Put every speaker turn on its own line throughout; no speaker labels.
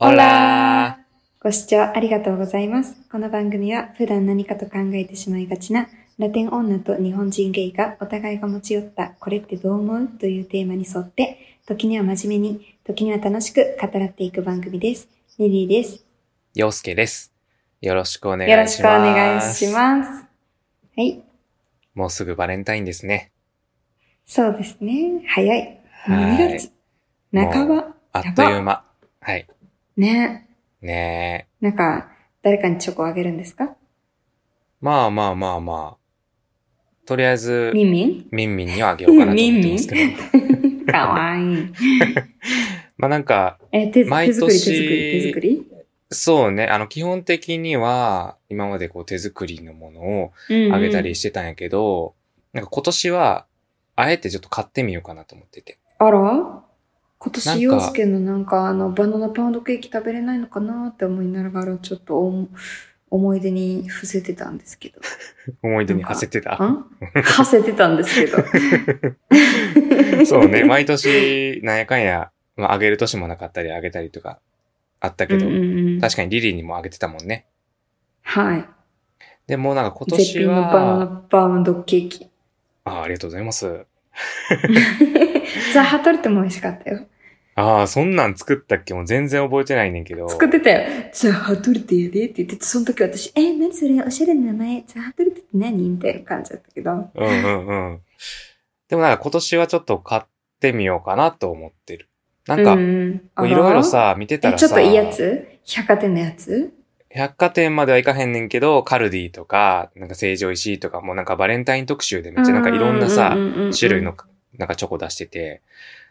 オラー
ご視聴ありがとうございます。この番組は普段何かと考えてしまいがちなラテン女と日本人ゲイがお互いが持ち寄ったこれってどう思うというテーマに沿って時には真面目に時には楽しく語らっていく番組です。リリーです。
陽介です。よろしくお願いし
よろ
ます。
しくお願いします。はい。
もうすぐバレンタインですね。
そうですね。早い。もう
はい
2月。半
も
ば。
あっという間。はい。
ね。
ねえ。
なんか、誰かにチョコあげるんですか
まあまあまあまあ。とりあえず、
ミン
ミ
ミ
ンミンにはあげようかなと思ってます けど。
ンかわいい。
まあなんか、
え、手作り、
毎
手作り、
年
手作り、
そうね、あの基本的には、今までこう手作りのものを
うんうん
あげたりしてたんやけど、なんか今年は、あえてちょっと買ってみようかなと思ってて。
あら
な
今
ん
年、
か
洋介のなんか、あの、バナナパウンドケーキ食べれないのかなって思いながら、ちょっとお思い出に伏せてたんですけど。
思い出に馳せてた。
あはせてたんですけど。
そうね、毎年、なんやかんや、まあ、あげる年もなかったり、あげたりとか、あったけど、
うんうんうん
確かにリリーにもあげてたもんね。
はい。
でもなんか今
絶
年
品のバナナ
は、
パウンドケーキ。
あありがとうございます。
ザ・ハトルテも美味しかったよ。
ああ、そんなん作ったっけもう全然覚えてないねんけど。
作ってたよ。ザ・ハトルテやでって言ってて、その時私、え、何それおしゃれな名前。ザ・ハトルテって何みたいな感じだったけど。
うんうんうん。でもなんか今年はちょっと買ってみようかなと思ってる。なんか、こういろいろさ、見てた
え、
ら
ち
さ、
ょっといいやつ百貨店のやつ
百貨店まではいかへんねんけど、カルディとか、なんか成城石井とか、もうなんかバレンタイン特集でめっちゃなんかいろんなさ、種類の。なんかチョコ出してて、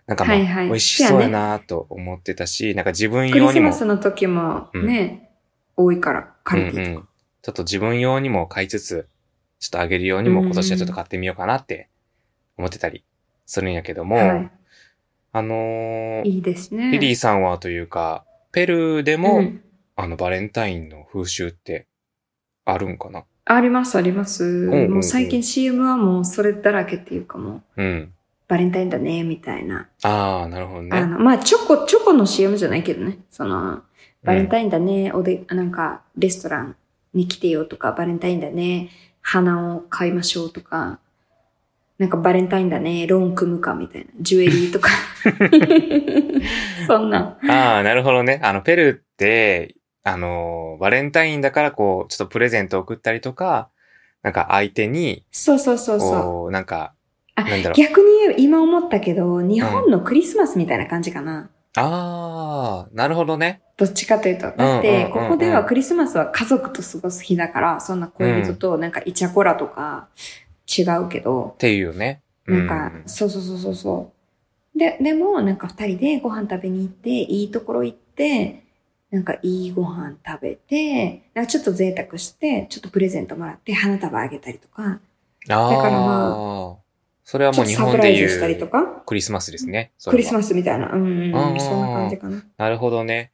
なんかまあ、
はいはい
美味しそうやなと思ってたし、なんか自分
クリ
用
ス
にも、
マスの時も
うん
ね、多いから、カルデ
うん
ィ
う
と
ん
か。
ちょっと自分用にも買いつつ、ちょっとあげるようにも
うんうん
今年はちょっと買ってみようかなって思ってたりするんやけども、
は
あのー
い。いいですね。
リリーさんはというか、ペルーでも、
うん
あのバレンタインの風習ってあるんかな
あります、あります。
んうんうん
もう最近 CM はもうそれだらけっていうかもう、
うん。
バレンタインだね、みたいな。
ああ、なるほど
あ
ね。
の、まあ、チョコ、チョコの CM じゃないけどね。その、バレンタインだね、おで、なんか、レストランに来てよとか、バレンタインだね、花を買いましょうとか、なんかバレンタインだね、ローン組むかみたいな、ジュエリー とか。そんな。
ああ、なるほどね。あの、ペルーって、あのーバレンタインだからこう、ちょっとプレゼント送ったりとか、なんか相手に、
そうそうそうそう。
こう、なんか、
あ
なんだろう。
逆に言う、今思ったけど、日本のクリスマスみたいな感じかな。
ああ、なるほどね。
どっちかというと。だっ
うんうんうんう
て、
ん
ここではクリスマスは家族と過ごす日だから、そんな恋人となんかイチャコラとか違うけど、
っていうよね。
なんか
う、
そうそうそうそうそう。で、でも、なんか二人でご飯食べに行って、いいところ行って、なんかいいご飯食べて、なんかちょっと贅沢して、ちょっとプレゼントもらって花束あげたりとか、
ああ、
だから
それは
ちょ
もう
っと
日
サプ
本
ラ
で
イ
い
ズしたりと
う
か、
クリスマスですね。
クリスマ
ス。
スみたいな、うん
あ
う
ー
ん、そんな感じかな。
なるほどね。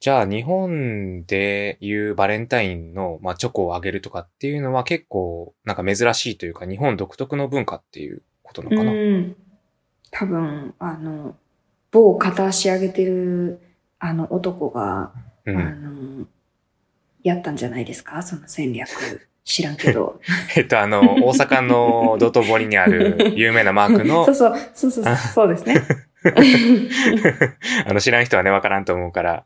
じゃあ、日本でいうバレンタインの、まあ、チョコをあげるとかっていうのは結構、なんか珍しいというか、日本独特の文化っていうことなの
う
かな。
ん。多分、あの、某片足上げてる、あの男が、
う
あの、やったんじゃないですかその戦略。知らんけど。
えっと、あ の、大阪の道頓堀にある有名なマークの
そう、そう、そうそうそう、そうですね。
あの、知らん人はね、わからんと思うから。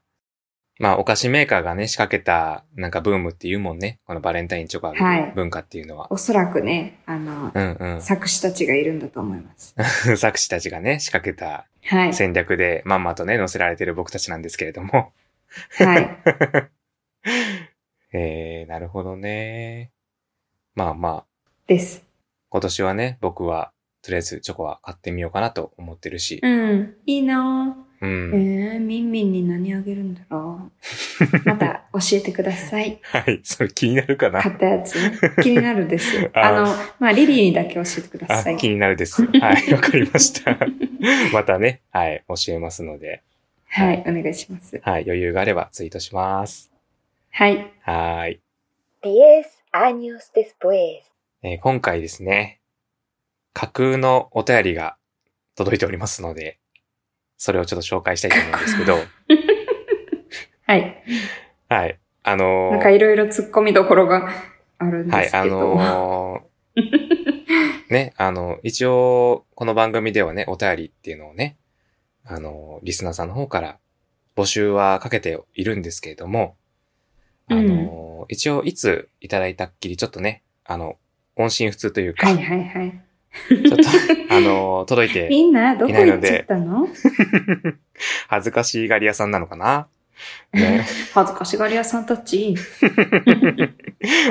まあ、お菓子メーカーがね、仕掛けた、なんかブームっていうもんね。このバレンタインチョコあげ
は
る
い
文化っていうのは。
おそらくね、あの、
うん
作詞たちがいるんだと思います。
うん。作詞たちがね、仕掛けた
はい。
戦略で、まんまとね、載せられてる僕たちなんですけれども。
はい。
えー、なるほどね。まあまあ、
です。
今年はね、僕は、とりあえずチョコは買ってみようかなと思ってるし。
うん。いいな
う
ぁ。
ん。
えー、みんみんに何あげるんだろ う。また教えてください。
はい、それ気になるかな。。
買ったやつね。気になるですよ
あ
あの、まあ、リリーにだけ教えてくだ
あ
さ、い。
気になるです。はい、わ かりました。またね、はい、教えますので、
はい、お願いします。
はい、余裕があればツイートします。
はい。
はーい、
10 años después。
えー今回ですね、架空のお便りが届いておりますので、それをちょっと紹介したいと思うんですけど、
はい。
はい。あのー
なんかいろいろ突っ込みどころがあるん
は
で
い、
す
あ
けど。
の ーね、あの、一応、この番組ではね、お便りっていうのをね、あのーリスナーさんの方から募集はかけているんですけれども、あのー一応、いついただいたっきり、ちょっとね、あの、音信不通というか、
はいはいはい。
ちょっ と、あのー届いて、
みんなどこ行っちゃったの
恥ずかしがり屋さんなのかなね、
恥ずかしがり屋さんたち。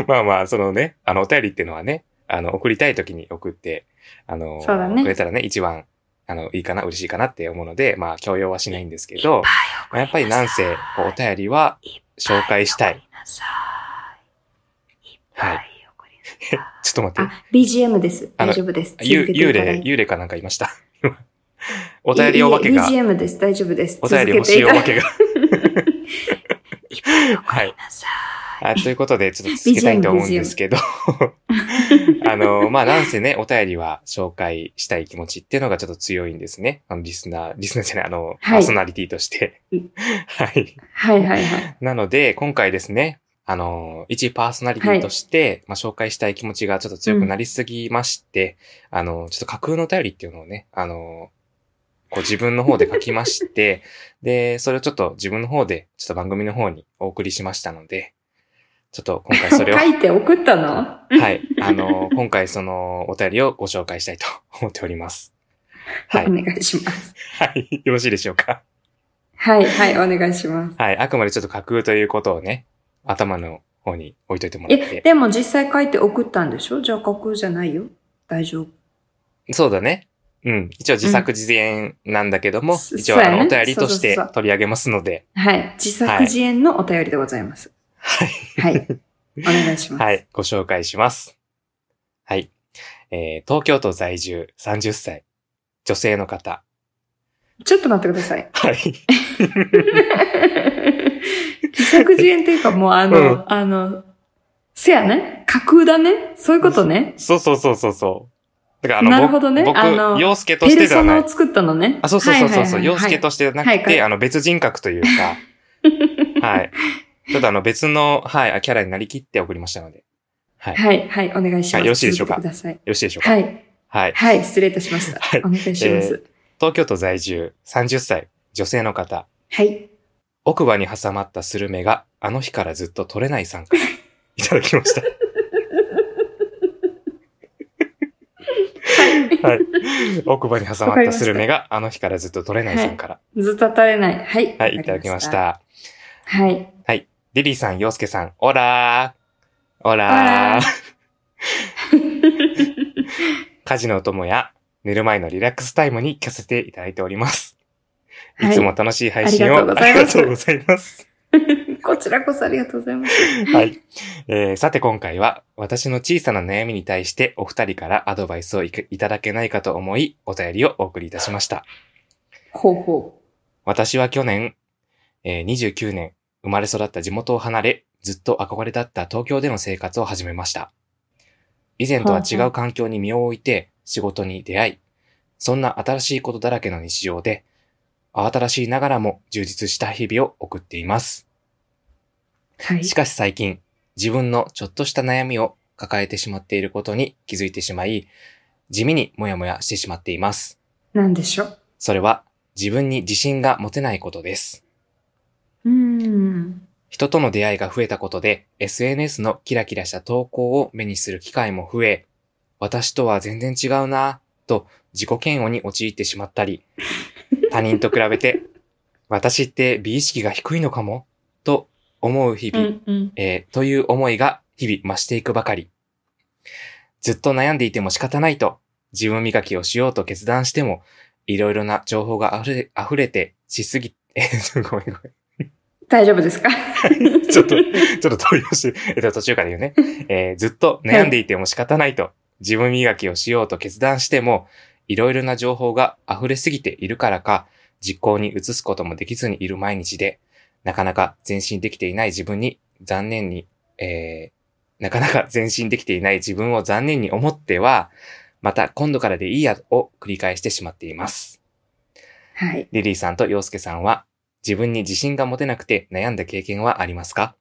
まあまあ、そのね、あの、お便りっていうのはね、あの、送りたい時に送って、あの、
そうだね
くれたらね、一番、あの、いいかな、嬉しいかなって思うので、まあ、強要はしないんですけど、まあやっぱりなんせ、こうお便りは紹介したい。はい。ちょっと待って、
あ、BGM です。
あの
大丈夫です。
ゆ
続けて
幽
いただ
霊
い、て
幽霊かなんかいました。 今お便りお化けが
い、え BGM です。大丈夫です。
お便り欲しいお化けが。はい。
なさ
あということで、ちょっと続けたいと思うんです けど、あの、まあ、なんせね、お便りは紹介したい気持ちっていうのがちょっと強いんですね。あの、リスナー、リスナーじゃない、あの、
はい
パーソナリティとして
うん。
はい。
はいはいはい。
なので、今回ですね、あの、一パーソナリティとして、まあ、紹介したい気持ちがちょっと強くなりすぎまして、あの、ちょっと架空のお便りっていうのをね、あの、こう自分の方で書きまして、 で、それをちょっと自分の方で、ちょっと番組の方にお送りしましたので、ちょっと今回 それを、
書いて送ったの
はい、あの、今回そのお便りをご紹介したいと思っております。はい
お。願いします。
はい。よろしいでしょうか
はいはい、お願いします。
はい。あくまでちょっと架空ということをね、頭の方に置いといてもらって
え、。でも実際書いて送ったんでしょじゃあ架空じゃないよ。大丈夫。
そうだね。うん。一応自作自演なんだけども、
そ
一応あ
そう
の、
や
お
ね
便りとし
そう
て
そうそう
取り上げますので、
はい。自作自演のお便りでございます。
はい。
はい。お願いします。
はい。ご紹介します。はい。えー、東京都在住30歳。女性の方。
ちょっと待ってください。
はい。
自作自演というかもうあの、
うん
あの、せやね。架空だね。そういうことね。
そうそうそうそうそう。だからあ
なる
の、
ほ
僕
どね
僕、
あの
洋介と
ペ
して
ル
では
ソ
な
ナ
い
を。作ったのね。
あ、そうそうそうそう
はいはいはい
そ
は
う。
い
洋介としてではなく
はい
て、あの、別人格というか、 はい。ちょっとあの、別の、はい、あキャラになりきって送りましたので。よ
はい、はい、お願いします。
はいよろしいでしょうか
続けてください。
ろしいでしょうか
はい、
はい。
はい、失礼いたしました。
はい
お願いします。
東京都在住、30歳、女性の方。
はい。
奥歯に挟まったスルメが、あの日からずっと取れない 参加。いただきました。はい。奥歯に挟まったスルメが、あの日からずっと取れないさんから。
ずっと垂れない。はい。
はい、いただきまし。た。
はい。
リリーさん、洋介さん、オラー。オラ
オラ
ー。家事のお供や、寝る前のリラックスタイムに聞かせていただいております。 い
はい
つも楽しい配信を、
ありがとうございます
ありがとうございます。
こちらこそありがとうございます。
はい。えーさて今回は、私の小さな悩みに対してお二人からアドバイスをいくいただけないかと思い、お便りをお送りいたしました。
ほうほ
私は去年、えー29年、生まれ育った地元を離れ、ずっと憧れだった東京での生活を始めました。以前とは違う環境に身を置いて、仕事に出会い、そんな新しいことだらけの日常で、慌ただしいながらも充実した日々を送っています。
う。はい。
しかし最近、自分のちょっとした悩みを抱えてしまっていることに気づいてしまい、地味にもやもやしてしまっています。
なんでしょう
それは自分に自信が持てないことです。
うーん。
人との出会いが増えたことで、SNS のキラキラした投稿を目にする機会も増え、私とは全然違うなぁと自己嫌悪に陥ってしまったり、他人と比べて、私って美意識が低いのかもと思う日
う
々、
んうん。
えーという思いが日々増していくばかり。ずっと悩んでいても仕方ないと、自分磨きをしようと決断しても、いろいろな情報があふれ、溢れてしすぎ、 え、ごめんご
大丈夫ですか
めん。 ちょっと、ちょっと動揺して、えっと、途中から言うね。えーずっと悩んでいても仕方ないと、自分磨きをしようと決断しても、いろいろな情報が溢れすぎているからか、実行に移すこともできずにいる毎日で、なかなか前進できていない自分に残念に、えー、なかなか前進できていない自分を残念に思っては、また今度からでいいやを繰り返してしまっています。
はい。
リリーさんと洋介さんは、自分に自信が持てなくて悩んだ経験はありますか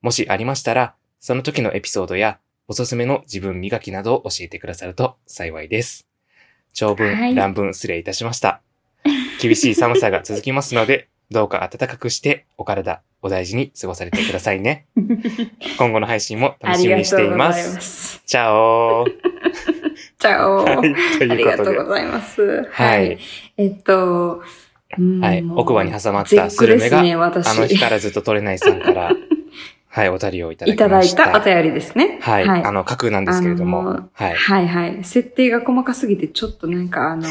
もしありましたら、その時のエピソードやおすすめの自分磨きなどを教えてくださると幸いです。長文、
はい
乱文失礼いたしました。厳しい寒さが続きますの で、どうか暖かくしてお体お大事に過ごされてください ね。今後の配信も
あ
楽
り
しみ
が
にし
と
て
う
い
ござい
ま。
ますす。
チャオー。
チャオ、
はい、と
あ
い
り
う
が
こと
う
とで
ご。ざいます。
はい。。
えっと、うん
はい。
もう
奥歯に挟まっ
絶
たス
句
ル
で
メ
す
が、
ね、私。
あの日からずっと取れないさんから、はい、お便りをいただ
い
き
た
ま
だい
した。
たお便りですね。
はい。
はい
あの、架空なんですけれども。
あのー
はい。
はいはい。設定が細かすぎて、ちょっとなんかあの、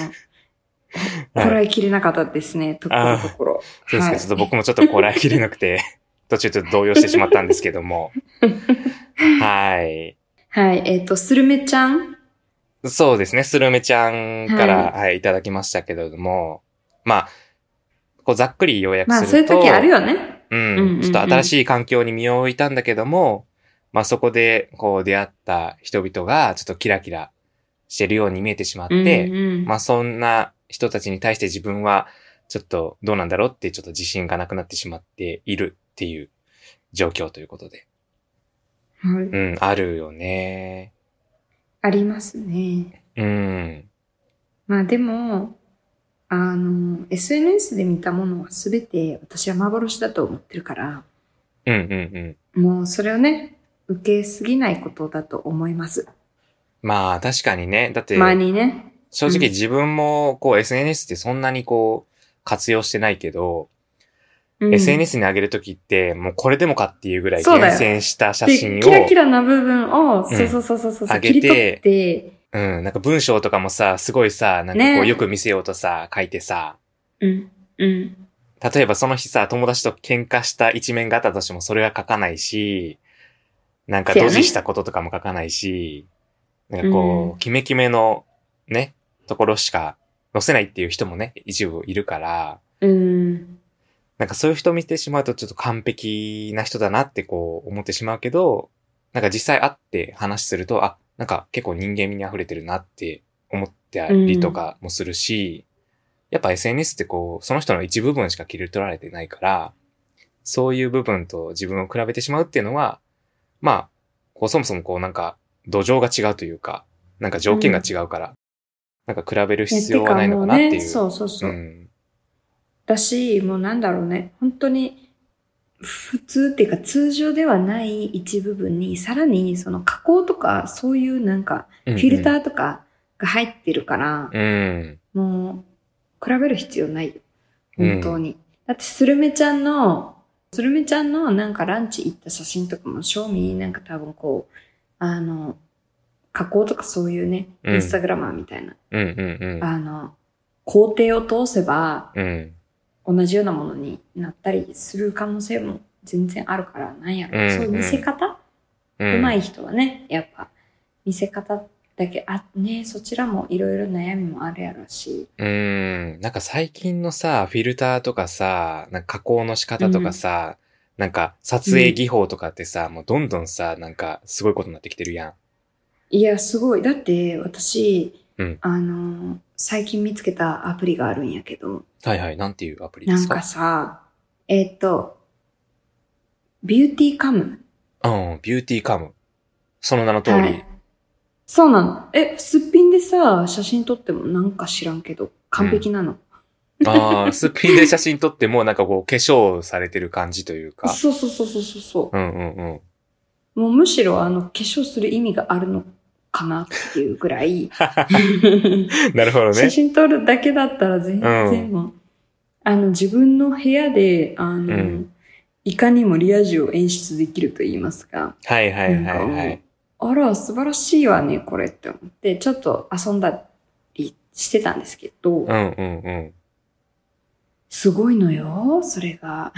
こらえきれなかったですね、ところどころ。
そうです
は
か、
い
ちょっと僕もちょっとこらえきれなくて、 途中ちょっと動揺してしまったんですけど も。はい。
はい。えっ、と、スルメちゃん
そうですね、スルメちゃんから、は、
はい
い、ただきましたけれども、まあ、こうざっくり要約
まあ、
す
そうい
る
う
と、
時あるよね。
うん、
うんうんうん
ちょっと新しい環境に身を置いたんだけども、まあそこでこう出会った人々がちょっとキラキラしてるように見えてしまって、
うん うん
まあそんな人たちに対して自分はちょっとどうなんだろうってちょっと自信がなくなってしまっているっていう状況ということで。
はい
うん、あるよね。
ありますね。
うん。
まあでも、あの、SNS で見たものは全て私は幻だと思ってるから、
うんうんうん。
もうそれをね、受けすぎないことだと思います。
まあ確かにね。だって、
前にね。
正
うん
直自分もこう SNS ってそんなにこう活用してないけど、
うん
SNS に上げるときってもうこれでもかっていうぐらい
そうだ
厳
よ
選した写
で
真を、
キラキラな部分を、
ん
そうそうそうそうそう、
上げて
切り取って、
うん、なんか文章とかもさ、すごいさ、なんかこう
ね
よく見せようとさ、書いてさ、
うん、うん、
例えばその日さ、友達と喧嘩した一面があったとしてもそれは書かないし、なんか
せや
ド
ね
ジしたこととかも書かないし、なんかこう、
うん
キメキメのね、ところしか載せないっていう人もね、一部いるから、
うん、
なんかそういう人見てしまうとちょっと完璧な人だなってこう思ってしまうけど、なんか実際会って話すると、あ、なんか結構人間味に溢れてるなって思ったりとかもするし、やっぱ SNS ってこう、その人の一部分しか切り取られてないから、そういう部分と自分を比べてしまうっていうのは、まあ、こうそもそもこうなんか土壌が違うというか、なんか条件が違うから、なんか比べる必要はないのかなっていう。
やてかもねそうそうそう。
ん。
だし、もうなんだろうね、本当に、普通っていうか通常ではない一部分に、さらにその加工とか、そういうなんか、
フ
フィルターとかが入ってるから、
うん。
もう、比べる必要ないよ。
うん
本当に。だって、スルメちゃんの、スルメちゃんのなんかランチ行った写真とかも、正味なんか多分こう、あの、加工とかそういうね、
うん
インスタグラマーみたいな、
うんうん
あの、工程を通せば、
うん。うん。
同じようなものになったりする可能性も全然あるから、なんやろ、
うん
そういう見せ方、
う。
うんまい人はね、やっぱ、見せ方だけ、あ、ねそちらもいろいろ悩みもあるやろうし、
うん。なんか最近のさ、フィルターとかさ、なんか加工の仕方とかさ、なんか撮影技法とかってさ、もうどんどんさ、なんかすごいことになってきてるやん。
いや、すごい。だって、私、
うん
あのー、最近見つけたアプリがあるんやけど、
はいはい、なんていうアプリで
な
す
ん
か
かさ、えーっと、ビューティーカム
うん、ビューティーカム。その名の通り。
はいそうなの。え、すっぴんでさ、写真撮ってもなんか知らんけど、完璧なの。
ああ、すっぴんで写真撮ってもなんかこう化粧されてる感じというか。
そうそうそうそうそうそ
う。
う
んうんうん。
もうむしろあの、化粧する意味があるのかなっていうぐらい、
なるほどね
写。真撮るだけだったら全
う
然もう、あの、自分の部屋で、あの、
うん
いかにもリア充を演出できると言いますか、
はいはいはいは
なん
い
か。あら、素晴らしいわね、これって思って、ちょっと遊んだりしてたんですけど、
うんうん
すごいのよ、それ が。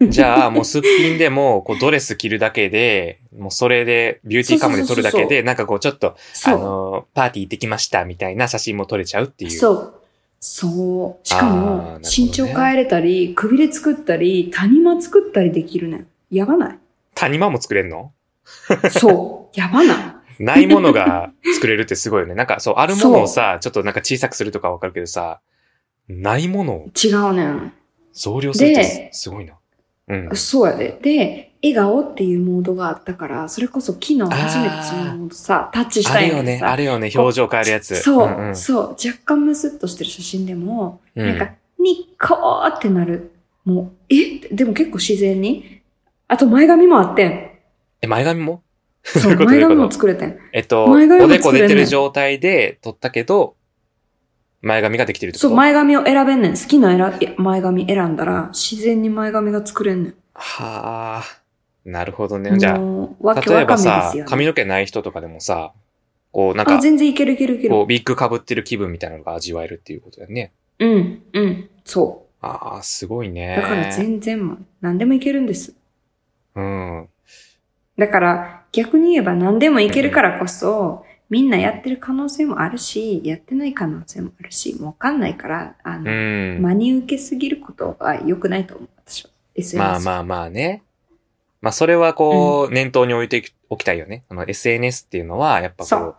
うん。じゃあ、もうすっぴんでも、こうドレス着るだけで、もうそれで、ビューティーカムで撮るだけ
そうそうそう
で、なんかこうちょっとあ
そ、
の、パーティー行ってきましたみたいな写真も撮れちゃうっていうう。
そう。そう。しか
あーなるほど
も、
ね
身長変えれたり、くびれ作ったり、谷間作ったりできるねん。やばない
谷間も作れるの
そう。やばない
ないものが作れるってすごいよね。 なんかそう、あるものをさ、ちょっとなんか小さくするとかわかるけどさ、ないものを
違うねん。
増量するってすごいな。うん。
そうやで。で、笑顔っていうモードがあったから、それこそ昨日初めてそのモードさ、タッチし
あ
た
れ
いの
よ
に
ね、
さ。
あれよね、表情変えるやつ。
そう、
んん
そう、若干ムスッとしてる写真でも、
うん
なんか、ニッコーってなる。もう、えってでも結構自然に。あと前髪もあって ん。
え、前髪も
そ
どういう
う、
こと
前
どうい
髪
う
も
こと
作れてん。
えっと、
前髪も
おでこ出
作
て
れんね
る
ん
状態で撮ったけど、前髪ができてるってこと
そう、前髪を選べんねん。好きな選いや前髪選んだら、自然に前髪が作れんねん。
はあ、なるほどね。じゃ
もう
あ、
わけ
例え
わか
ば
めで
さ
す、よ、ね。
髪の毛ない人とかでもさ、こう、なん
あ、
か、
全然いけるいけるいけ
こ
る
う、。ビッグ被ってる気分みたいなのが味わえるっていうことだよね。
うん、うん、そ。
ああ、すごいうね。
だから全然もう、何でもいけるんです。
うん。
だから逆に言えば何でもいけるからこそ、みんなやってる可能性もあるし、やってない可能性もあるし、もうわかんないから、あ
う
の、
ん。
真に受けすぎることが良くないと思う、私は。SNS。
まあまあまあね。まあそれはこう、念頭に置いておきたいよね。あの SNS っていうのは、やっぱ
そ
こ
う
う、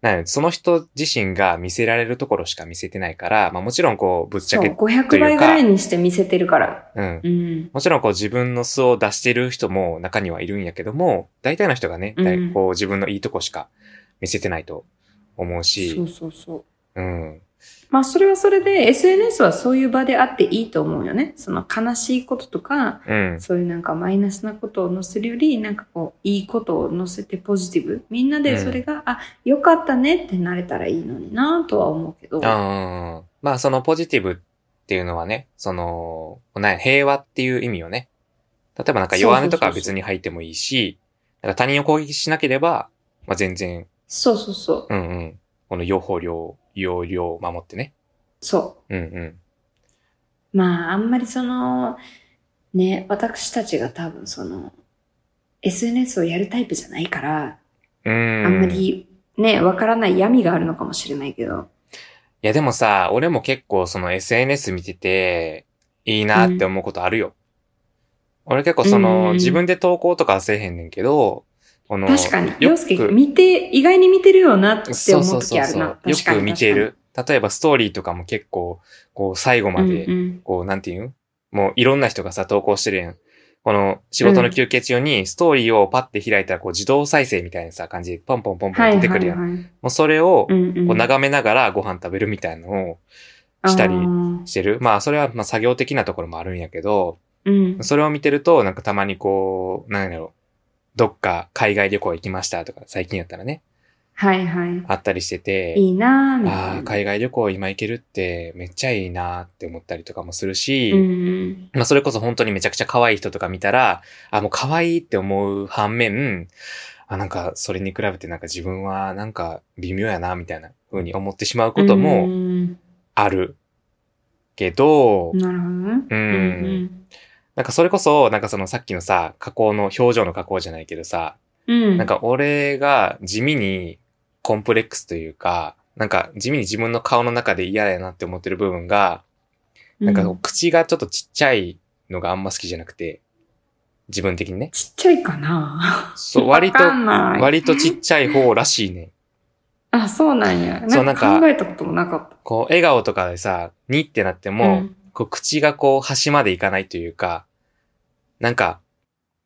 なんやその人自身が見せられるところしか見せてないから、まあもちろんこう、ぶっち
そ
ゃ
う、
け、
500倍ぐらいにして見せてるから。
うん。
うん。
もちろんこう自分の素を出してる人も中にはいるんやけども、大体の人がね、
うん
だいこう自分のいいとこしか見せてないと思う
そ
し
う、そうそう。
うん。
まあそれはそれで、SNS はそういう場であっていいと思うよね。その悲しいこととか、
うん。
そういうなんかマイナスなことを載せるより、なんかこう、いいことを載せてポジティブ。みんなでそれが、あ、よかったねってなれたらいいのになとは思うけど。
あーまあそのポジティブっていうのはね、その、なん平和っていう意味をね。例えばなんか弱音とかは
そうそうそ
別
うそう
に入ってもいいし、なんか他人を攻撃しなければ、まあ全然、
そうそうそ
う
う。
んうん。この用法量、要領を守ってね。
そ
うんうん。
う。まあ、あんまりその、ね、私たちが多分その、SNS をやるタイプじゃないから、
うーん。
あんま
い
りね、わからない闇があるのかもしれないけど。
やでもさ、俺も結構その SNS 見てて、いいなって思うことあるよ。俺結構そ
うんうんう
の、
ん
自分で投稿とかはせえへんねんけど、この、
確かに、
よ
洋
く
介、見て、意外に見てるよなって思う時あるな。
よ
確かに
く見て。る。例えばストーリーとかも結構、こう最後ま
確かにう
で、
んうん
こうなんていうんもういろんな人がさ、投稿してるやん。この仕事の休憩中にストーリーをパッて開いたらこう自動再生みたいなさ、感じでポンポンポンポ
は
ン
い
出
は
てく
い
るやん。
はい。
もうそれを
う、ん
こ
う、
うん眺めながらご飯食べるみたいなのをしたり
あー
してる。まあそれはまあ作業的なところもあるんやけど、
うん。
それを見てると、なんかたまにこう、なんやろ、どっか海外旅行行きましたとか、最近やったらね、
はいはい。
あったりしてて。
いいなぁ、みた
ああ、
いな。
海外旅行今行けるってめっちゃいいなって思ったりとかもするし、
うんうん。
まあそれこそ本当にめちゃくちゃ可愛い人とか見たら、あ、もう可愛いって思う反面、あ、なんかそれに比べてなんか自分はなんか微妙やなみたいな風に思ってしまうこと
う
も
ん
あるけど、
なるほどね。
うん
うん
なんかそれこそなんかそのさっきのさ、加工の表情の加工じゃないけどさ、
うん。うん
なん、か俺が地味にコンプレックスというか、なんか地味に自分の顔の中で嫌やなって思ってる部分が、なんかこ
う
う口がちょっとちっちゃいのがあんま好きじゃなくて、自分的にね。
ちっちゃいかな
そう、割と
わ、かんない
割とちっちゃい方らしいね。
あ、そうなんや。
そう
なん
な
か
んか
考えたこともなかっ
こう、笑顔とかでさ、にってなって
た。
も、
ん
こう口がこう端までいかないというか、なんか、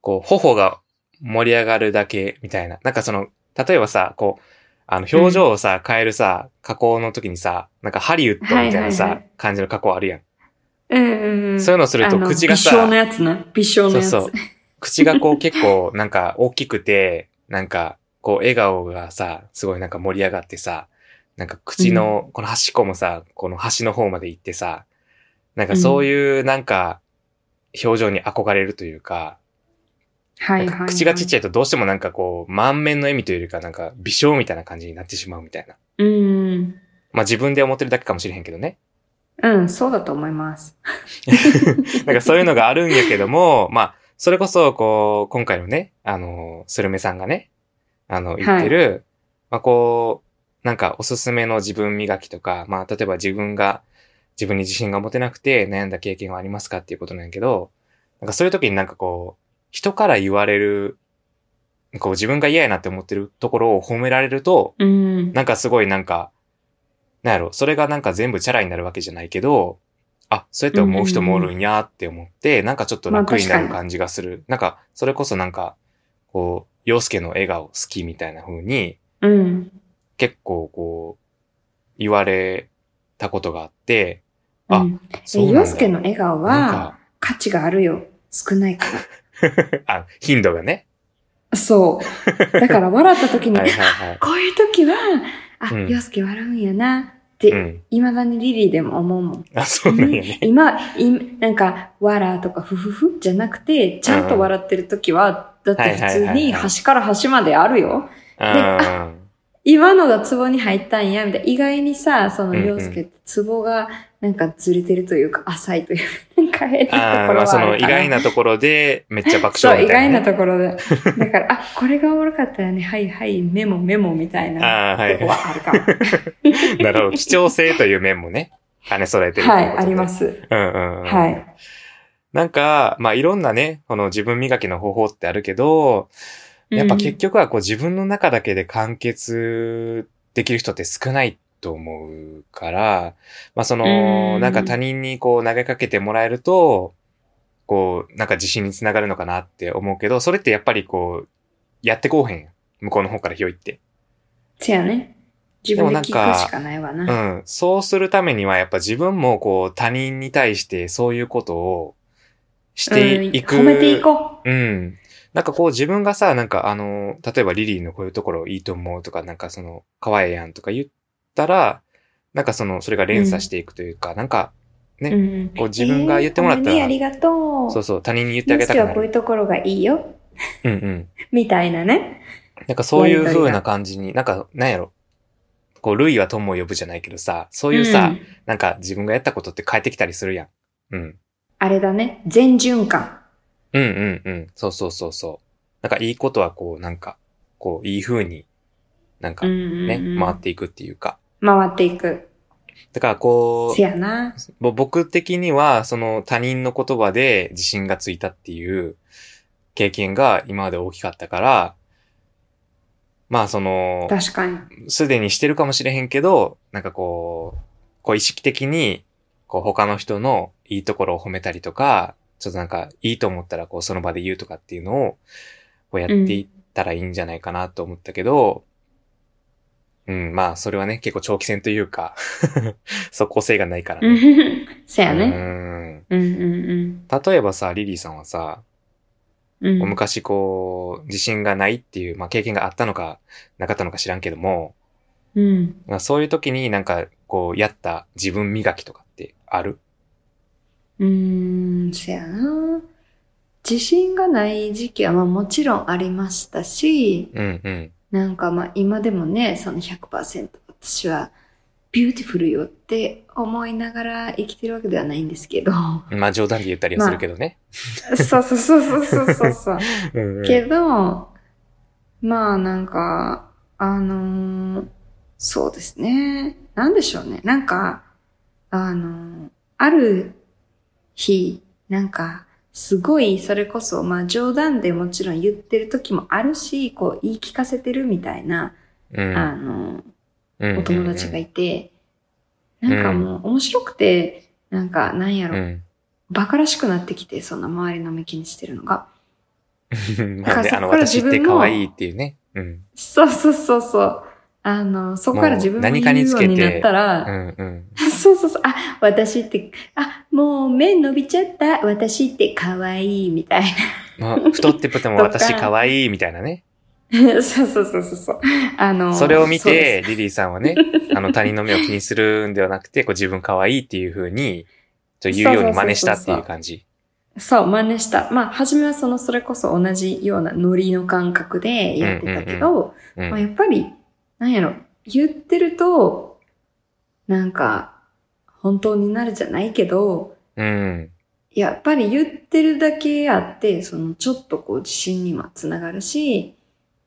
こう、頬が盛り上がるだけみたいな。なんかその、例えばさ、こう、あの、表情をさ、変えるさ、加工の時にさ、なんかハリウッドみたいなさ、
はいはいは
感じの加工あるやん。
うんうんうん。
そういうのすると
あの
口がさ
微笑のやつな。微笑
そ
の
う
やつ。
そう。口がこう結構なんか大きくて、なんかこう笑顔がさ、すごいなんか盛り上がってさ、なんか口のこの端っこもさ、この端の方まで行ってさ、なんかそういうなんか表情に憧れるというか、
は
ないん
はい
か
はい。
口がちっち
ゃい。
ゃいとどうしてもなんかこう満面の笑みというよりかなんか微笑みたいな感じになってしまうみたいな。
うん。
まあ自分で思ってるだけかもしれへんけどね。
うん、そうだと思います。
なんかそういうのがあるんやけども、まあ、それこそ、こう、今回のね、あの、スルメさんがね、あの、言ってる、まあこう、なんかおすすめの自分磨きとか、まあ例えば自分が、自分に自信が持てなくて悩んだ経験はありますかっていうことなんやけど、なんかそういう時になんかこう、人から言われる、こう自分が嫌やなって思ってるところを褒められると、
うん。
なんかすごいなんか、なんやろ、それがなんか全部チャラになるわけじゃないけど、あ、そうやって思う人もおるんやって思って、なんかちょっと楽になる
まあ確かに
感じがする。なんか、それこそなんか、こう、洋介の笑顔好きみたいな風に、
うん。
結構こう、言われたことがあって、あ
うん、
そうなんだ
洋介の笑顔は、価値があるよ。少ないから。
なんか あ、頻度がね。
そう。だから笑った時に、
はいはいはい。
こういう時は、あ、
うん
洋介笑うんやなって、
うん。
未だにリリーでも思うもん。
あ、そうなん やね。
今、いなんか、わらとかふふふじゃなくて、ちゃんと笑ってる時は、だって普
はい
通
はいはい
に
はい
端から端まであるよ。
うん。
今のがツボに入ったんや、みたいな。意外にさ、その
うんうん
洋介ってツボがなんかずれてるというか、浅いというか、なんか変な
あ
と
あ、
こ
ま
ろ
あ
は
そ
あ
の
る
意
か
外
な。
なところでめっちゃ爆
そう、
笑
意
みた
外
いな、
な
ね。
ところで。だから、あ、これがおもろかったよね。はいはい、メモメモみたいな。
ああ、は
と
い
こ
は
はある かも。
い。なるほど。貴重性という面もね、兼ね揃えてると
は
いう
い、
ことで。。
ありますす。
うんうん、うん。
はい。
なんか、まあいろんなね、この自分磨きの方法ってあるけど、やっぱ結局はこう自分の中だけで完結できる人って少ないと思うから、まあその、
うん
なんか他人にこう投げかけてもらえると、こう、なんか自信につながるのかなって思うけど、それってやっぱりこう、やってこうへん。向こうの方からひょいって。
せやね。自分で聞くしかないわ
う
な。
ん。そうするためにはやっぱ自分もこう他人に対してそういうことをしていく。
うん褒めていこ
うん。なんかこう自分がさ、なんかあの、例えばリリーのこういうところいいと思うとか、なんかその、可愛いやんとか言ったら、なんかその、それが連鎖していくというか、なんか、
う。
ね
うん
こう自分が言ってもらったら
えーお前ねありがとう。
そうそう、他人に言ってあ
ゆう
げ
す
た
け
く
は
な
こうい
る。
うところがいいよ。
うんうん。
みたいなね。
なんかそういう
やりとりが
風な感じに、なんか、なんやろ。こう、ルイは友を呼ぶじゃないけどさ、そういうさ、
ん
なんか自分がやったことって変えてきたりするやん。うん。
あれだね。全循環。
うんうんうん。そうそうそうそう。なんかいいことはこう、なんか、こう、いい風に、なんか
うん
ね、
うんうん
回っていくっていうか。
回っていく。
だからこう
せ、やな。
ぼ僕的には、その他人の言葉で自信がついたっていう経験が今まで大きかったから、まあその、
確かに。
すでにしてるかもしれへんけど、なんかこう、こう意識的に、こう他の人のいいところを褒めたりとか、ちょっとなんかいいと思ったらこうその場で言うとかっていうのを、こうやっていったらいいんじゃないかなと思ったけど、うん、まあそれはね、結構長期戦というか、 即効性がないからね。
せやね。
ね。
うんうん
例えばさ、リリーさんはさ、
うん。うん
昔こう、自信がないっていう、まあ経験があったのか、なかったのか知らんけども、
うん。
まあ、そういう時になんか、こう、やった自分磨きとかってある
うーん、せやな。自信がない時期はまあもちろんありましたし、
うんうん。
なんかまあ今でもね、その100%私はビューティフルよって思いながら生きてるわけではないんですけど。
まあ冗談で言ったりはするけどね。
そうそうそうそうそうそうそう。
うんうん
けど、まあなんか、あのーそうですね。なんでしょうね。なんか、あのーある日、なんか、すごい、それこそ、まあ冗談でもちろん言ってる時もあるし、こう言い聞かせてるみたいな、あ
う
のー
ん
お友達がいて、
ん
なんかもう面白くて、なんかなんや
う
ろ、
ん。
バカらしくなってきて、そんな周りの目気にしてるのが。
うんま
か
あ
ら
ね、
そ
あ
っ
の、
から
私
自
っ
分
て
も
可愛いっていうね。うん。
そうそうそうそう。あの、そこから自分も
もう何
言
か
う
につ
よう
けて
になった
う
ら、
んうん。
そうそうそう、あ、私って、あ、もう目伸びちゃった、私って可愛いみたい
まあ、太ってて も
とか
私可愛いみたいなね。
な。 そうそうそうそうそう。あの、
それを見
そうで
て、リリーさんはね、 あの、他人の目を気にするんではなくて、こう自分可愛いっていう風に、ちょっと言うように真似したっていう感じ。
す、そう、真似した。まあ、初めはその、それこそ同じようなノリの感覚でやってたけど、
うん
まあ、やっぱり、なんやろ、言ってると、なんか、本当になるじゃないけど、
うん。
やっぱり言ってるだけあって、そのちょっとこう自信にはつながるし、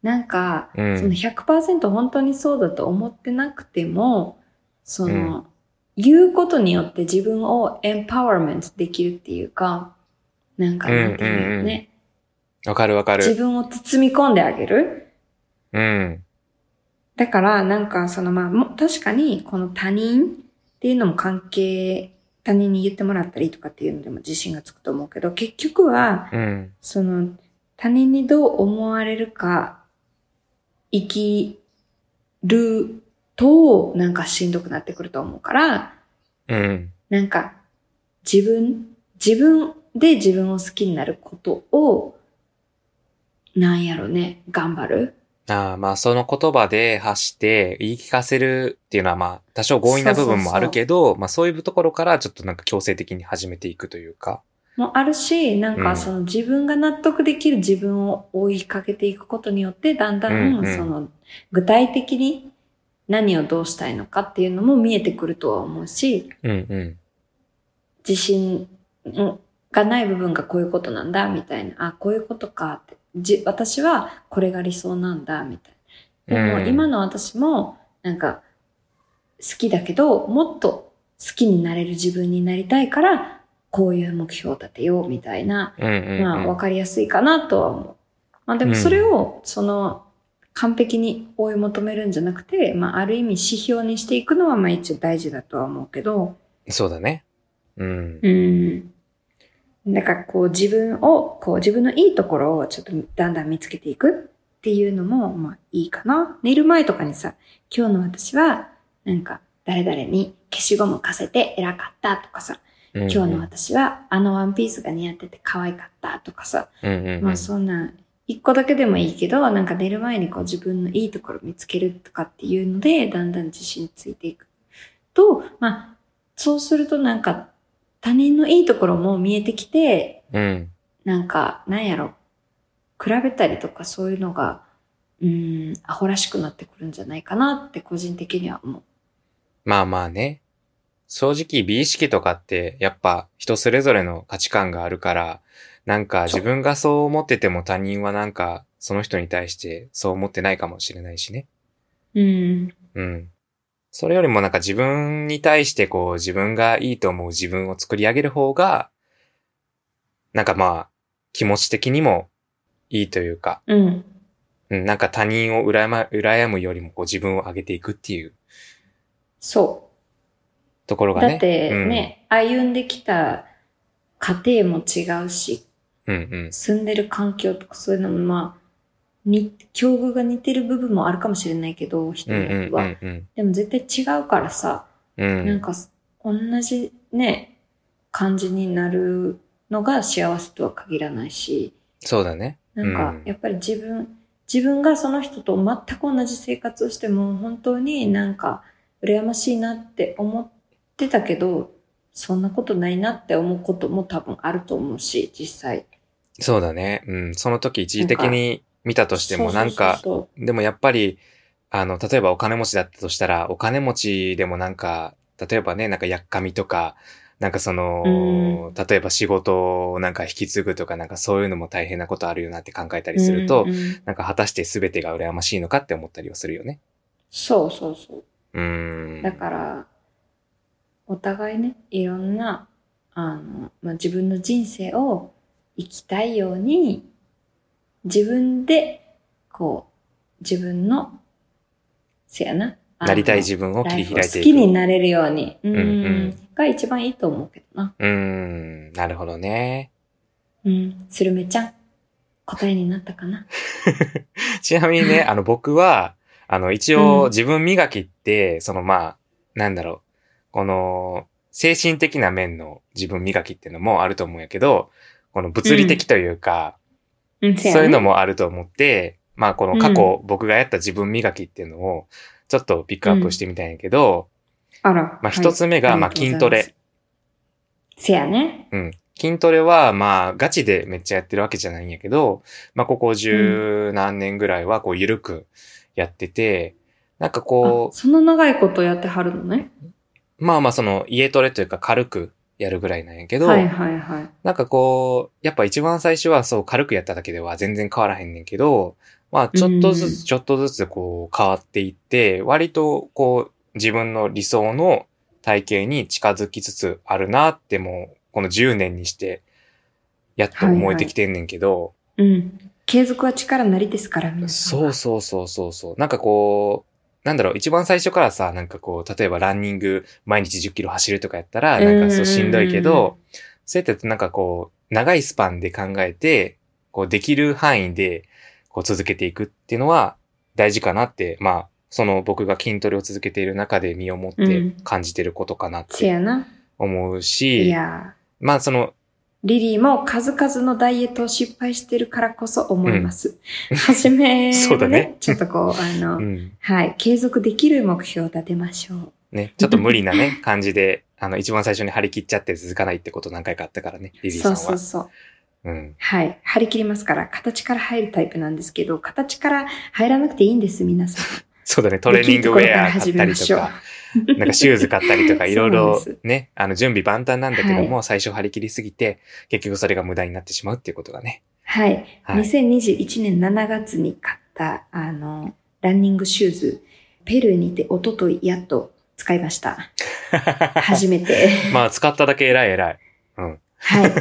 なんか、
う
その
ん。
100%本当にそうだと思ってなくても、その、言うことによって自分をエンパワーメントできるっていうか、なんかなんていう
うんうん
の
うん
ね、
わかるわか
自
る。
分を包み込んであげる。
うん。
だから、なんか、そのまあ、も確かに、この他人っていうのも関係他人に言ってもらったりとかっていうのでも自信がつくと思うけど、結局は、
うん。
その、他人にどう思われるか、生きると、なんかしんどくなってくると思うから、
うん。
なんか、自分、自分で自分を好きになることを、なんやろね、頑張る。
ああ、まあ、その言葉で発して言い聞かせるっていうのは、まあ、多少強引な部分もあるけど、まあ、そういうところからちょっとなんか強制的に始めていくというか。
もあるし、なん
う
か
ん
その自分が納得できる自分を追いかけていくことによって、だんだ
うんうんん
その具体的に何をどうしたいのかっていうのも見えてくるとは思うし、
うんうん。
自信がない部分がこういうことなんだ、みたいな。あ、こういうことかって。じ私はこれが理想なんだ、みたいな。でも
うん
今の私も、なんか、好きだけど、もっと好きになれる自分になりたいから、こういう目標を立てよう、みたいな。
うんうん、うん。
まあ、わかりやすいかなとは思う。まあ、でもそれを、その、完璧に追い求めるんじゃなくて、まあ、ある意味指標にしていくのは、まあ、一応大事だとは思うけど、
そうだね。うん。
うん。なんか、こう、自分を、こう、自分のいいところを、ちょっと、だんだん見つけていくっていうのも、まあ、いいかな。寝る前とかにさ、今日の私は、なんか、誰々に消しゴム貸せて偉かったとかさ、
今
今日の私はあのワンピースが似合ってて可愛かったとかさ、
うんうんうん。
まあそんな、一個だけでもいいけど、なんか寝る前にこう自分のいいところ見つけるとかっていうので、だんだん自信ついていくと、まあ、そうするとなんか他人のいいところも見えてきて、
うん。
なんか、なんやろ、比べたりとかそういうのが、うーん、アホらしくなってくるんじゃないかなって個人的には思う。
まあまあね。正直、美意識とかって、やっぱ人それぞれの価値観があるから、なんか
そ
自
う
分がそう思ってても他人はなんか、その人に対してそう思ってないかもしれないしね。
うん。
うん。それよりもなんか自分に対してこう、自分がいいと思う自分を作り上げる方が、なんかまあ、気持ち的にもいいというか、
うん。
うん、なんか他人を羨ま、羨むよりもこう自分を上げていくっていう
そう。
ところがね。
だって
うん、
ね、歩んできた家庭も違うし、
うんうん。
住んでる環境とかそういうのもまあ、に、境遇が似てる部分もあるかもしれないけど、人
うん
によって
う
は。
んうん
でも絶対違うからさ、
うん。う
なん
ん。
か同じね、感じになるのが幸せとは限らないし、
そうだね。
なんか
うん
やっぱり自分、自分がその人と全く同じ生活をしても本当になんか羨ましいなって思ってたけど、そんなことないなって思うことも多分あると思うし、実際。
そうだね。うん。その時一時的に見たとしても、なんか、
そうそうそう
でもやっぱり、あの、例えばお金持ちだったとしたら、お金持ちでもなんか、例えばね、なんかやっかみとか、なんかその、例えば仕事をなんか引き継ぐとか、なんかそういうのも大変なことあるよなって考えたりすると、
うんうん
なんか果たして全てが羨ましいのかって思ったりはするよね。
そうそうそう。
うーん。
だから、お互いね、いろんな、あの、まあ、自分の人生を生きたいように、自分で、こう、自分の、せやな。あの
なりたい自分を切り開いていく。
ライフを好きになれるように、うん、
うん
が一番いいと思うけどな。
うーん。なるほどね。
うん、スルメちゃん、答えになったかな。
ちなみにね、あの、僕は、あの、一応、
うん
自分磨きって、その、まあ、なんだろう、この、精神的な面の自分磨きっていうのもあると思うんやけど、この物理的というか、
うん、せやね
そういうのもあると思って、まあ、この過去、僕がやった自分磨きっていうのを、ちょっとピックアップしてみたんやけど、
あら。
まあ、一つ目
は
が、
い
まあ、筋ト。
あり
レ。
がとうございますせやね。
うん。筋トレは、まあ、ガチでめっちゃやってるわけじゃないんやけど、まあ、ここ十何年ぐらいは、こう、ゆるくやってて、なんかこ
あその長いことやってはるのね。
う、まあまあ、その、家トレというか、軽くやるぐらいなんやけど、
はいはいはい。
なんかこう、やっぱ一番最初はそう、軽くやっただけでは全然変わらへんねんけど、まあ、ちょっとず
う
つ、ちょっとずつ、こう、変わっていって、割と、こう、自分の理想の体型に近づきつつあるなって、もう、この10年にして、やっと思えてきてんねんけど、
うん。継続は力なりですから、皆さん。
そうそうそうそうそう。なんかこなんだろう、一番最初からさ、なんかこう、例えばランニング、毎日10キロ走るとかやったら、なんかそうしんどいけど、そうやってなんかこう、長いスパンで考えて、こう、できる範囲で、こう、続けていくっていうのは大事かなって、まあ、その僕が筋トレを続けている中で身をもっ
う
て
ん
感じてることかなっ
せ
て
やな。
思う
い
し、
や
まあその、
ー、リリーも数々のダイエットを失敗してるからこそ思います。はじ め、
そうだね
ちょっとこう、あの、
うん、
はい、継続できる目標を立てましょう。
ね、ちょっと無理なね、感じで、あの、一番最初に張り切っちゃって続かないってこと何回かあったからね、リリーさ
そ
ん
う
は。
そうそ
う
う。
ん。
はい。張り切りますから、形から入るタイプなんですけど、形から入らなくていいんです、皆さん。
そうだね、トレーニングウェア買ったりとか、なんかシューズ買ったりとか、いろいろ
そうなんで
ね、あの、準備万端なんだけども、
は
最初張り切りすぎて、結局それが無駄になってしまうっていうことがね。
はい。
はい。
2021年7月に買った、あの、ランニングシューズ、ペルーにて一昨日やっと使いました。初めて。
まあ、使っただけ偉い偉い。
はい。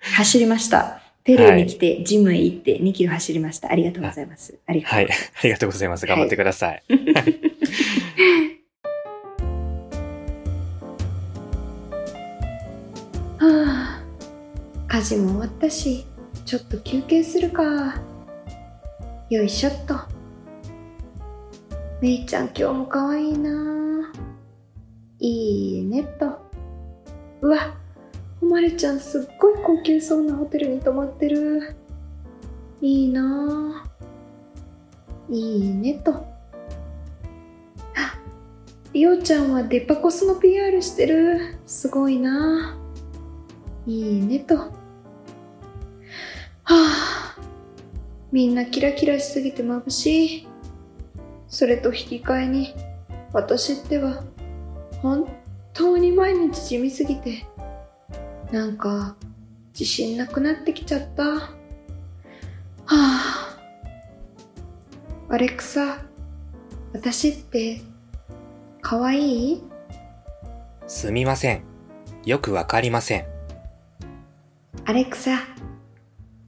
走りました。ペルーに来て、ジムへ行って2キロ走りました。ありがとうございます。ありがとう
は
ござい
い
ます。。
ありがとうございます。頑張ってください。
はあ、家事も終わったし、ちょっと休憩するか。よいしょっと。めいちゃん今日も可愛いな。いいねっと。うわ、ほまるちゃんすっごい高級そうなホテルに泊まってる。いいな。いいねと。あ、りおちゃんはデパコスの PR してる。すごいな。いいねと。はあ、みんなキラキラしすぎて眩しい。それと引き換えに、私っては、本当に毎日地味すぎて、なんか、自信なくなってきちゃった。はあ、アレクサ、私って、可愛い
すみません。よくわかりません。
アレクサ、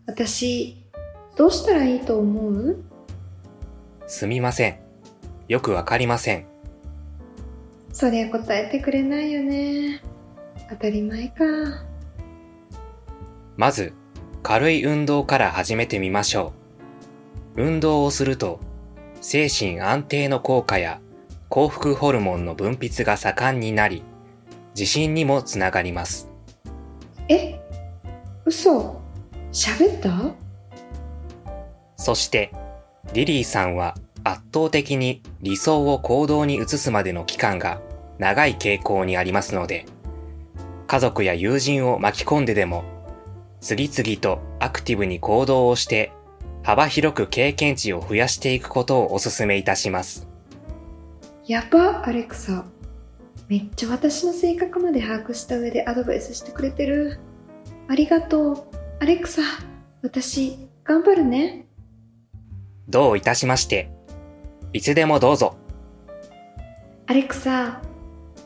私、どうしたらいいと思う
すみません。よくわかりません。
そりゃ答えてくれないよね。当たり前か。
まず、軽い運動から始めてみましょう。運動をすると、精神安定の効果や幸福ホルモンの分泌が盛んになり、自信にもつながります。
え嘘喋った
そして、リリーさんは圧倒的に理想を行動に移すまでの期間が長い傾向にありますので、家族や友人を巻き込んででも、次々とアクティブに行動をして、幅広く経験値を増やしていくことをお勧めいたします。
やば、アレクサ。めっちゃ私の性格まで把握した上でアドバイスしてくれてる。ありがとう、アレクサ。私、頑張るね。
どういたしまして。いつでもどうぞ。
アレクサ、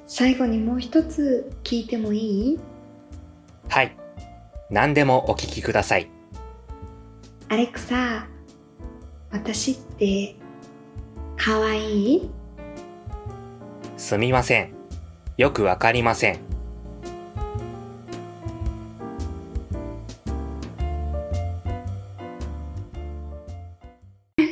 最後にもう一つ聞いてもいい
はい。何でもお聞きください。
アレクサ、私って、可愛い
すみません。よくわかりませ ん。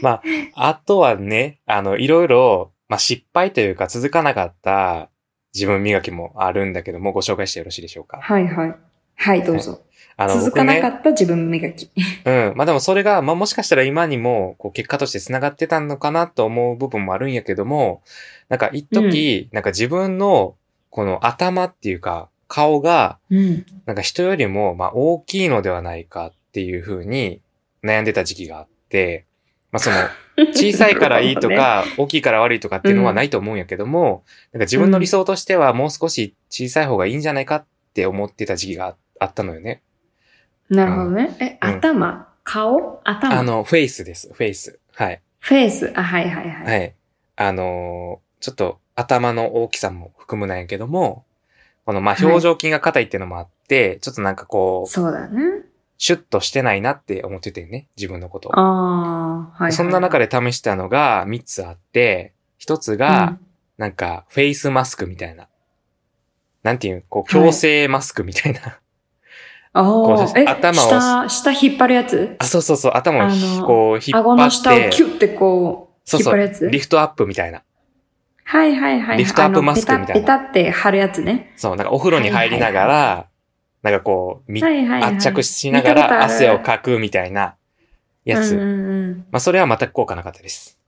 まあ、あとはね、あの、いろいろ、まあ、失敗というか続かなかった自分磨きもあるんだけども、ご紹介してよろしいでしょうか。
はいはい。はい、
どうぞ。あの、僕ね、
った自分磨き。
うん。まあ、でもそれが、まあ、もしかしたら今にも、こう、結果として繋がってたのかなと思う部分もあるんやけども、なんか、一時、なんか自分の、この頭っていうか、顔が、
うん。
なんか人よりも、まあ、大きいのではないかっていうふうに悩んでた時期があって、まあ、 その、 小さいからいいとか、大きいから悪いとかっていうのはないと思うんやけども、なんか自分の理想としてはもう少し小さい方がいいんじゃないかって思ってた時期があったのよね。
なるほどね。え、
うん
頭、顔、頭、
あの、フェイスです、フェイス。はい。
フェイス。あ、はいはいはい。
はい。あのーちょっと頭の大きさも含むなんやけども、この、まあ、
はい
表情筋が硬いっていうのもあって、ちょっとなんかこう、
そうだね。
シュッとしてないなって思っててね、自分のことを
ああ、はい、はい。
そんな中で試したのが3つあって、一つが、
うん
なんか、フェイスマスクみたいな。なんていう、こう、
はい
強制マスクみたいな。
あ
こ
あ、
う
え、
頭を
下、下引っ張るやつ
あ、そうそうそう、頭をひ
あの
こう、引っ
顎
張
の下を
って、
キュッてこう、
そう
引っ
そ
張るや
う、
つ
リフトアップみたいな。
はいはいはい。
リフトアップ
あの
マスクみたいな
ペタペタって貼るやつね。
そう、なんかお風呂に入りながら、なんかこう、み
はいはいはい。
圧着しなが
見たことあ
ら
る
汗をかくみたいなやつ。
うんうんうん。
まあ、それは全く効果なかったです。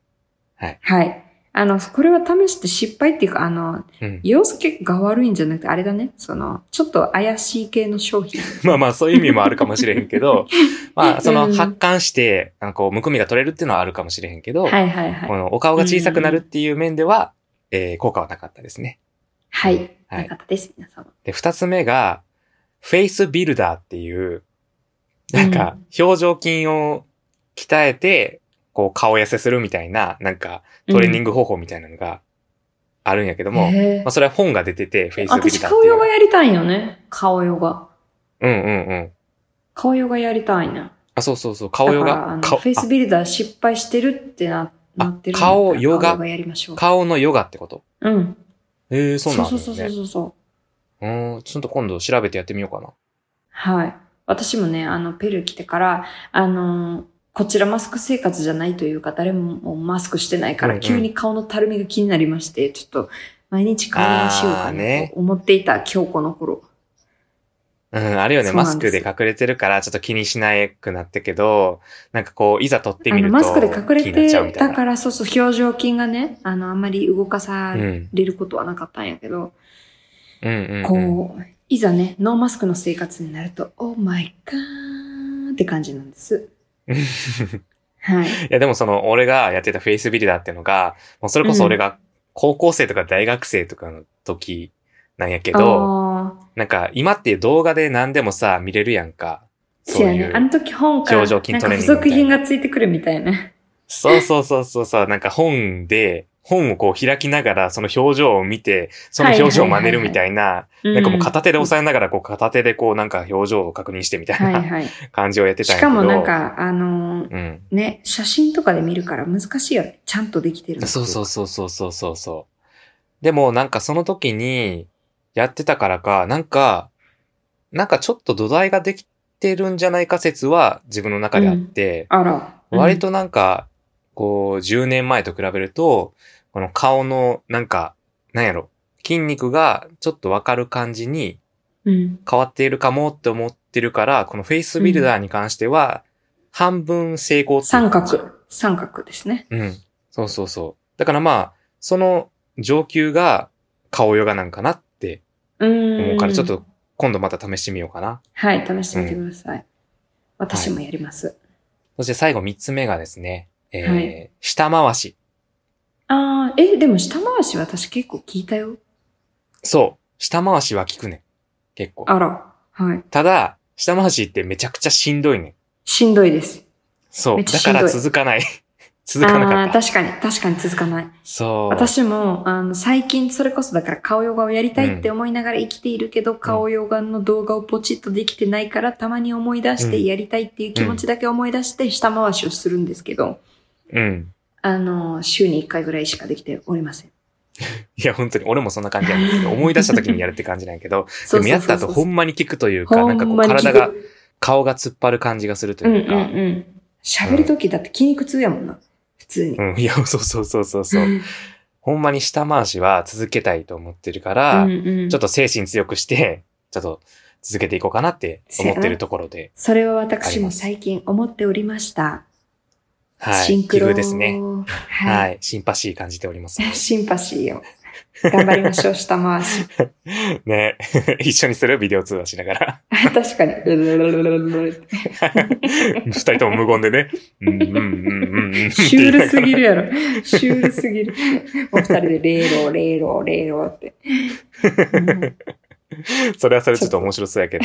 はい。あの、これは試して失敗っていうか、あの、
うん。
洋介が悪いんじゃなくて、あれだね。その、ちょっと怪しい系の商品。
まあまあ、そういう意味もあるかもしれへんけ ど、まあ、そうの、
ん
発汗して、あの、こう、むくみが取れるっていうのはあるかもしれへんけど、
はいはいは
こ
い。
の、お顔が小さくなるっていう面では、えー効果はなかったですね。
はい。
はい
なかったです、皆様。
で、二つ目が、フェイスビルダーっていう、なんか、表情筋を鍛えて、こう、顔痩せするみたいな、なんか、トレーニン
グ
グ方法みたいなのがあるんやけども、まあ、それは本が出てて、フェイスビルダーっていう。
私、顔ヨガやりたいよね。顔ヨガ。
うんうんうん。
顔ヨガやりたいな。
あ、そうそうそう、顔ヨ
だからあ
ガ
の。
顔
フェイスビルダー失敗してるってな
あ
なってるんだったら
顔ヨガ
顔ヨガやりましょ
あ
う。
顔のヨガってこと
うん。
ええそうなん
そ
で
うそ
す
うそう
ね。
そうそう。
うん、ちょっと今度調べてやってみようかな。
はい。私もね、あの、ペルー来てから、あのーこちらマスク生活じゃないというか、誰ももうマスクしてないか
うんう
ら、
ん
急に顔のたるみが気になりまして、ちょっと、毎日顔にしよう
あー
かな
ね
と思っていた、今日この頃。
うん、あれよね、
そう
マ
な
ス
んで
ク
す
で隠れてるから、ちょっと気にしなくなったけど、なんかこう、いざ撮って
あ
みる
の、
と、
マスクで
気に
隠れ
なっちゃう
て
みたい
た
な。
から、そうそう、表情筋がね、あの、あんまり動かさ
うん、
れることはなかったんやけど、
うんうん、うん。
こう、いざね、ノーマスクの生活になると、オーマイガーって感じなん です。はい。
いや、でもその、俺がやってたフェイスビルダーっていうのが、もうそれこそ俺が高校生とか大学生とかの時なんやけど、
あー
なんか今って動画で何でもさ、見れるやんか。
そ
そう
うや
い
ね。あの
う。
時本から、
表情
なん
筋
か
トレーニングみたいな
付属品がついてくるみたいな。
そうそうそうそうそう、なんか本で、本をこう開きながら、その表情を見て、その表情を真似るみたいな、
な
なんかもう片手で押さえながら、こう片手でこうなんか表情を確認してみたい
はい
な
はい。
感じをやってたん
し
やけど。
かもなんか、あのー
うん。
ね、写真とかで見るから難しいよね。ちゃんとできてるの。
そうそうそうそうそうそうそう。でもなんかその時にやってたからか、なんか、なんかちょっと土台ができてるんじゃないか説は自分の中であって、
あら。
割となんか、こう10年前と比べると、この顔のなんか、なんやろ、筋肉がちょっとわかる感じに
うん。うん。
変わっているかもって思ってるから、このフェイスビルダーに関しては、半分成功っていう
三
感じ
角。三角ですね。
うん。そうそうそう。だからまあ、その上級が顔ヨガなんかなって
うーん。
思うから、ちょっ。と今度また試してみようかな。
はい、試してみてください。私もやります。
そして最後三つ目がですね、えー
はい
下回し。
ああ、え、でも下回し私結構聞いたよ。
そう。下回しは効くねん。結構。
あら。はい。
ただ、下回しってめちゃくちゃしんどいねん。
しんどいです。
そ
め
う。
っちゃ
だ
しんど
か
い
ら続かない。 続かな
あ
か
あ
っ
ー、
た。
確かに、確かに続かない。
そう。
私も、あの、最近それこそだから顔ヨガをやりたいって思いながら生きているけど、顔ヨガの動画をポチッとできてないから、たまに思い出し
う
て、
ん
やりたいっていう気持ちだけ思い出して、下回しをするんですけど、
うん。
あの、週に1回ぐらいしかできておりません。
いや、本当に俺もそんな感じなんだけど、思い出した時にやるって感じなんやけど、
そ
で
う
も
そう
やった
そう
後
そう。
ほんまに効くというか、なんかこう
ほんまに効
体
く
が、顔が突っ張る感じがすると
うんう
いうん
う
か、
ん。喋るときだって筋肉痛やもんな。普通に。
うん、いや、そうそうそうそう そう。ほんまに下回しは続けたいと思ってるから、ちょっ
と。
と精神強くして、ちょっと続けていこうかなって思ってるところで。
それは私も最近思っておりました。
はい。
シンク
奇
ロ。
遇ですね。
は。
はいい。シンパシー感じております。
シンパシーを。頑張りましょう、下回し。
ね。 一緒にするビデオ通話しなが ら。
あ 確かに。シ
二人とも無言でね。うんうんうんうんうん。
ュールすぎ
る。
るやろ。シュールすぎる。お二人で、レーロー、レーロー、レーローって。うん
それはそれちょっと面白そうやけど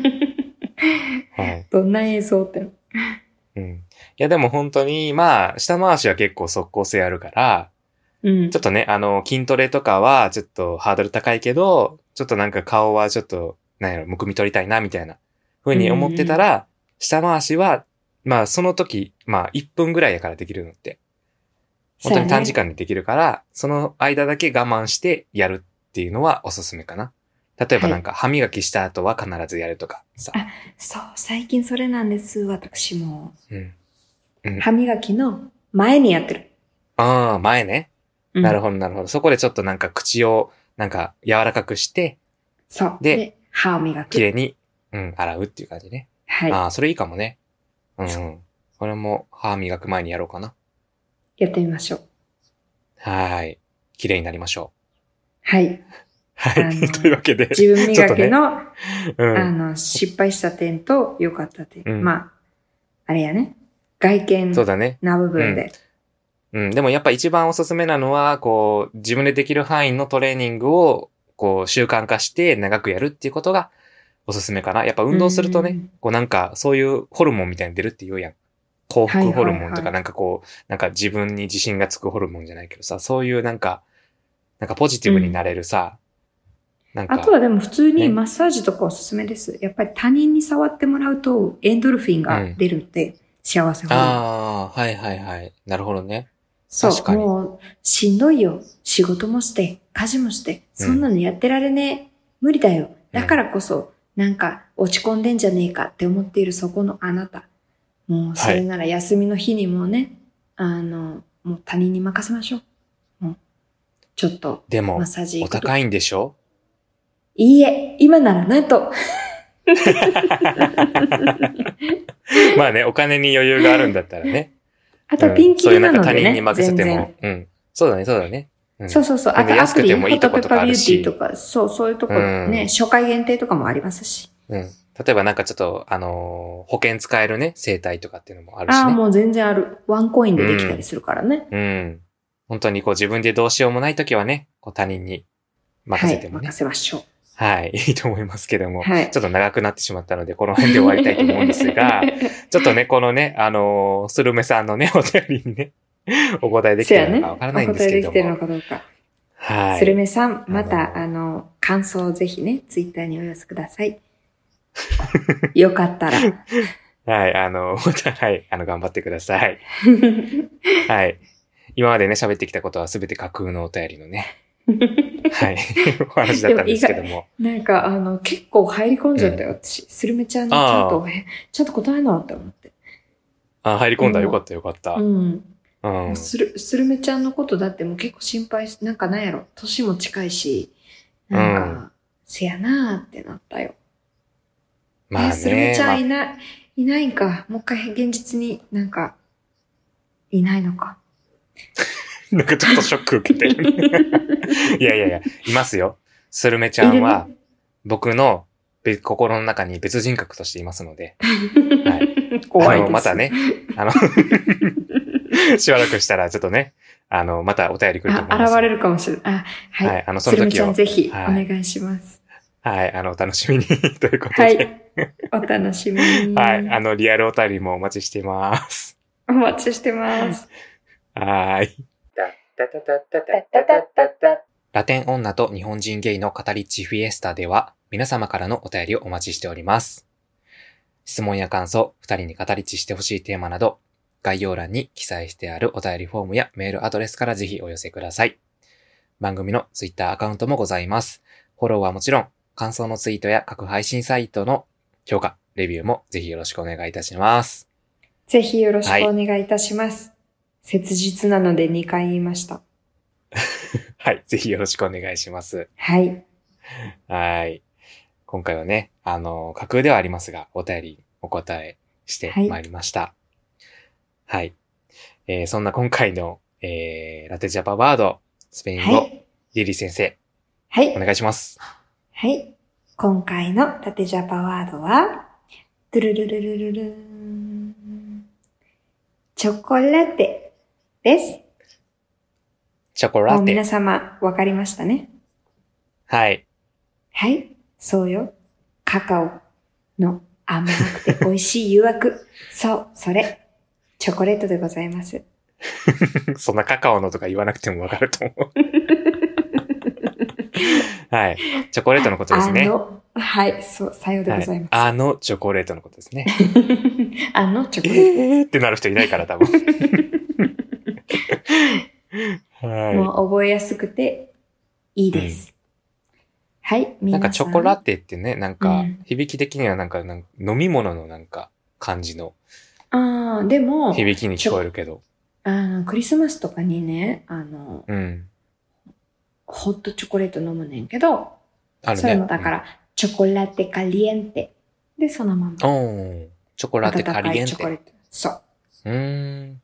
ね。はい。
どんな映像っての
うん。いや、でも本当に、まあ、下回しは結構即効性あるから、
うん
ちょ。っとね、あの、筋トレとかは、ちょっとハードル高いけど、ちょっとなんか顔はちょっと、なんやろ、むくみ取りたいな、みたいな、ふうに思ってたら、下回しは、まあ、その時、まあ、1分ぐらいやからできるのって。本当に短時
間。
間にできるから、その間だけ我慢してやるっていうのはおすすめかな。例えばなんか歯磨きした後は必ずやるとかさ。
あそう、最近それなんです、私も。
うん、
歯磨きの前にやってる。
ああ、前ね。
うん
なるほど、なるほど。そこでちょっとなんか口をなんか柔らかくして、
そう。
で
で、歯を磨
綺
く。
麗に、うん、洗うっていう感じね。
はい。
ああ、それいいかもね。うん、う
そ
ん。これも歯磨く前にやろうかな。
やってみましょう。
はーい。綺麗になりましょう。
はい。
は
あの
い。
ー
というわけで。
自分
ちょっと
磨き
ね
の、
うん。
あの、失敗した点と良かった点。
うん
まあ、あれやね。外見
そうだね。
な部分で。
うん。でもやっぱ一番おすすめなのは、こう、自分でできる範囲のトレーニングを、こう、習慣化して長くやるっていうことがおすすめかな。やっぱ運動すると
う
ね
ん、
こうなんかそういうホルモンみたいに出るって言うやん。幸福ホルモンと
はいはいは
か
い
なんかこう、なんか自分に自信がつくホルモンじゃないけどさ、そういうなんか、なんかポジティブになれるさ、なんか。
あとはでも普通に
ね
マッサージとかおすすめです。やっぱり他人に触ってもらうとエンドルフィンが出るので、幸せホルモン
ああ、はいはいはい。なるほどね。確
そう、
かに
もうしんどいよ。仕事もして、家事もして、そんなのやってられねえ。無理だよ。だからこそ、なんか落ち込んでんじゃねえかって思っているそこのあなた。もうそれなら休みの日にもね、あの、もう他人に任せましょう。もうちょっと
で
マ
も
ッ、サージ
お
行くと
高いんでし ょ
いいえ、今ならなんと。
まあね、お金に余裕があるんだったらね。
あとはピンキリなの
うんそうい
で
うなんか他人
ね。
に任せて
全然
も。うん。そうだね、そうだね。うん
そうそうそう。
全
あ
然
とア
安
プ
く
リ、
て
フ
もい
ォ
いと
ト
こ
ペー
と
パ
か
ー
あ
ビュ
る
ーティ
し
ーとか、そう、そういうとこ
うん
ね、初回限定とかもありますし。
うん。例えばなんかちょっと、あのー保険使えるね、生態とかっていうのもあるし
ああ、
ね。
もう全然ある。ワンコインでできたりするからね。
うん。本当にこう自分でどうしようもないときはね、こう他人に任せても
はい、
ね
任。せましょ
はい、 い、いと思いますけど
う。
も。
はい。
ちょっと長くなってしまったので、この辺で終わりたいと思うんです が、ちょっとね、このね、あのースルメさんのね、お便りに ね、お答えでき
せ
て
や
る
ね。
のか
お
わからないんです
答え
けれ
で
ど
き
も。
てるのかどうか。
はい。
スルメさん、ま
あの
た、
ー
あの、感想をぜひね、ツイッターにお寄せください。 よかったら。
はい、あの、 また、はい、あの、頑張ってください。はい。今までね、喋ってきたことはすべて架空のお便りのね、 はい、お話だったんですけども。
なんか、あの、結構入り込んじゃったよ、私。スルメちゃんにちゃんと、えちゃんと答えなって思って。
あ、入り込んだ。よかった、よかった。う
うん。
ん。
スルスルメちゃんのことだってもう結構心配し、なんかなんやろ、年も近いし、なんか、
うん
せやなーってなったよ。
まあ
えスルメ
ね
ち、ゃ
ま
んいない、いないんか。もう一回現実になんか、いない のか。
あ、なんかちょっとショック受けてるね。いやいやいや、いますよ。スルメちゃんは、僕のべ心の中に別人格としていますので。はい。
怖い
あ
で
の、
す。
また。ね、あ の、しばらくしたら、ちょっとね、あの、またお便り来ると思い
あ、
ます。
現れるかもしれない。あ、はい。
はいあのそ
ス
の時
ル
を
メちゃんぜひ、お
はい
願いします。
はい、あの、お楽しみに ということ
は い。
で。
お楽しみに。
はい、あの、リアルお便りもお待ちしてます。
お待ちしてます。
はーい。ラテン女と日本人ゲイの語りチフィエスタでは、皆様からのお便りをお待ちしております。質問や感想、二人に語りチしてほしいテーマなど、概要欄に記載してあるお便りフォームやメールアドレスからぜひお寄せください。番組のツイッターアカウントもございます。フォローはもちろん、感想のツイートや各配信サイトの評価、レビューもぜひよろしくお願いいたします。
ぜひよろしくお願いいたします。切実なので2回言いました。
はい。ぜひよろしくお願いします。
はい。
はい。今回はね、あの、架空ではありますが、お便りお答えして
はい
まいりました。はい。えーそんな今回の、えーラテジャパワード、スペイン
は
語、
い。
リリー先生、
は
お
い。
願いします。
はい。今回のラテジャパワードは、ドゥルルルルルルーン。チョコラテです。
チョコ
も
ラ
う皆
テ。
様わかりましたね。
はい。
はい。そうよ。カカオの甘くて美味しい誘 惑。そう、それ。チョコレートでございます。
そんなカカオのとか言わなくてもわかると思 う。はい。チョコレートのことです
あ
ね。
の、はい、そう、さようで
は
ござい
い
ま、す。
あのチョコレートのことです ね。
あのチョコレート。
えーってなる人いないから多分。は
もう覚えやすくていいです。はい、
い。な
皆さん。
んかチョコラテってね、なんか
うん
響き的にはなんかなんか飲み物のなんか感じの
ああ、でも、
響きに聞こえるけど。
あの、クリスマスとかにね、あの、
うん。
ホットチョコレート飲むねんけど、
あるね。
それもだから、チョコラテカリエンテ。で、そのま
う
ま。
ん。おーチョコラテカリエン
チョコレ
テ。
ート。そう。
うーん。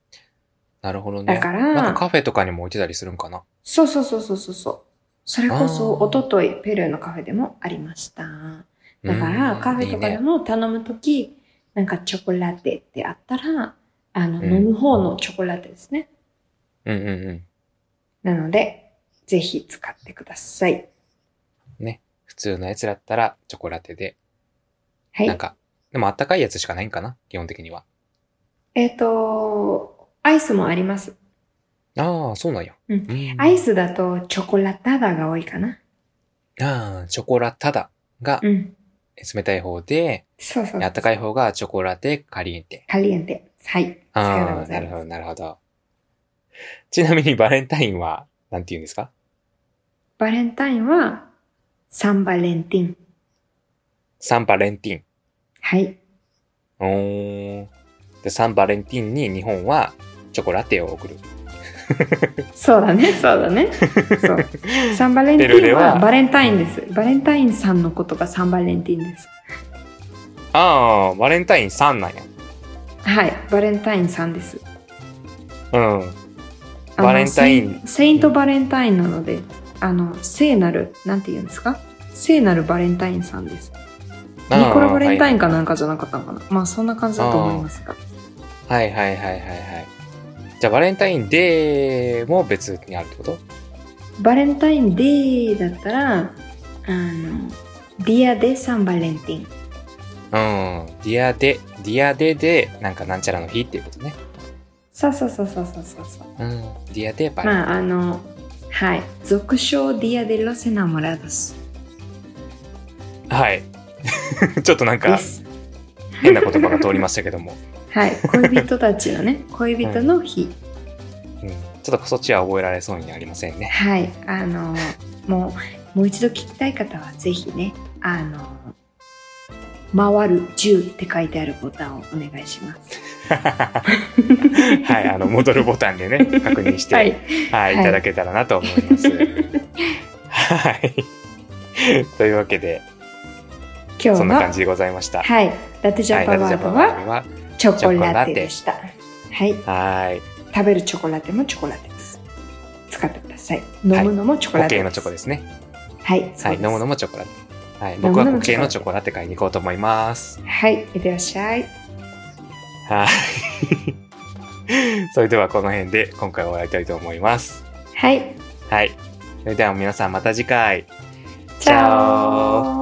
なるほどね。
だか、
なんからカフェとかにも置いてたりするんかな。
そうそうそうそうそうそう。それこそ、
あー
おととい、ペルーのカフェでもありました。だか
う
ら、
ん
カフェとか
いい
で
ね
も頼むとき、なんかチョコラテってあったら、あの、
うん
飲む方のチョコラテですね。
うんうんうん。
なので、ぜひ使ってください。
普通のやつだったらチョコラテで。
は
なん
い。
か、でもあったかいやつしかないんかな基本的には。
えっ、と、アイスもあります。
ああ、そうなんや。
うん
ん
アイスだとチョコラタダが多いかな。
ああ、チョコラタダが
うん。
冷たい方で、
そうそう。
あったかい。方がチョコラテカリエンテ。
カリエンテ。はい。さようで
あ
ご
あ、
ざ
ないるほ
ま
ど、
す。
なるほど。ちなみにバレンタインは、なんて言うんですか
バレンタインは、サンバレンティン。
サンバレンティン。
はい。
おーで、サンバレンティンに日本はチョコラテを送る。
そうだ ね、そうだね。そう。サンバレンテ
ペルー
ィ
で
ン
は
はバレンタインです。バレンタインさんのことがサンバレンティンです。
ああ、バレンタイン3なんや。
はい、バレンタインさんです。
うん。
あの
バレンタイン
セ。セイントバレンタインなので、あの、聖なる、なんて言うんですか聖なるバレンタインさんです。ニコラバレンタインかなんかじゃなかったのかな、まあそんな感じだと思いますが。
はいはいはいはいはい。じゃあバレンタインデーも別にあるってこと
バレンタインデーだったら、あの、ディアデサンバレンティン。
うん。ディアデ、ディアデで、なんかなんちゃらの日っていうことね。
そうそうそうそうそうそうそ
う
う。
ん。ディアデバレンタイン。
まああの、はい。俗称ディアデロセナモラドス
はい。 ちょっとなん
で
か
す。
変な言葉が通りましたけども。
はい。恋人たちのね、 恋人の日。
うん、ちょっとそっちは覚えられそうにありませんね。
はい。あの、もう、もう一度聞きたい方はぜひね、あの、回る10って書いてあるボタンをお願いします。
はい。あの、戻るボタンでね、確認して、
は
はい
い。、
い、ただけたらなと思います。はい。というわけで、
今
そ
日
んな感
の、
じでございました。
はい。ラテジャパワードは
は
チョコラテでした。はい。
はい。
食べるチョコラテもチョコラテです。使ってください。飲むのもチョコ
固
ラテ
形
で
の
す。
チョコですね。
はい。そ
は
う
い。
です
飲むのもチョコラテ。はい。
飲むの
僕
も
は固形のチョコラテ買いに行こうと思います。
はい、いってらっしゃい。
はい。 それではこの辺で今回は終わりたいと思います。
はい、
はい。それでは皆さんまた次回。
チャオ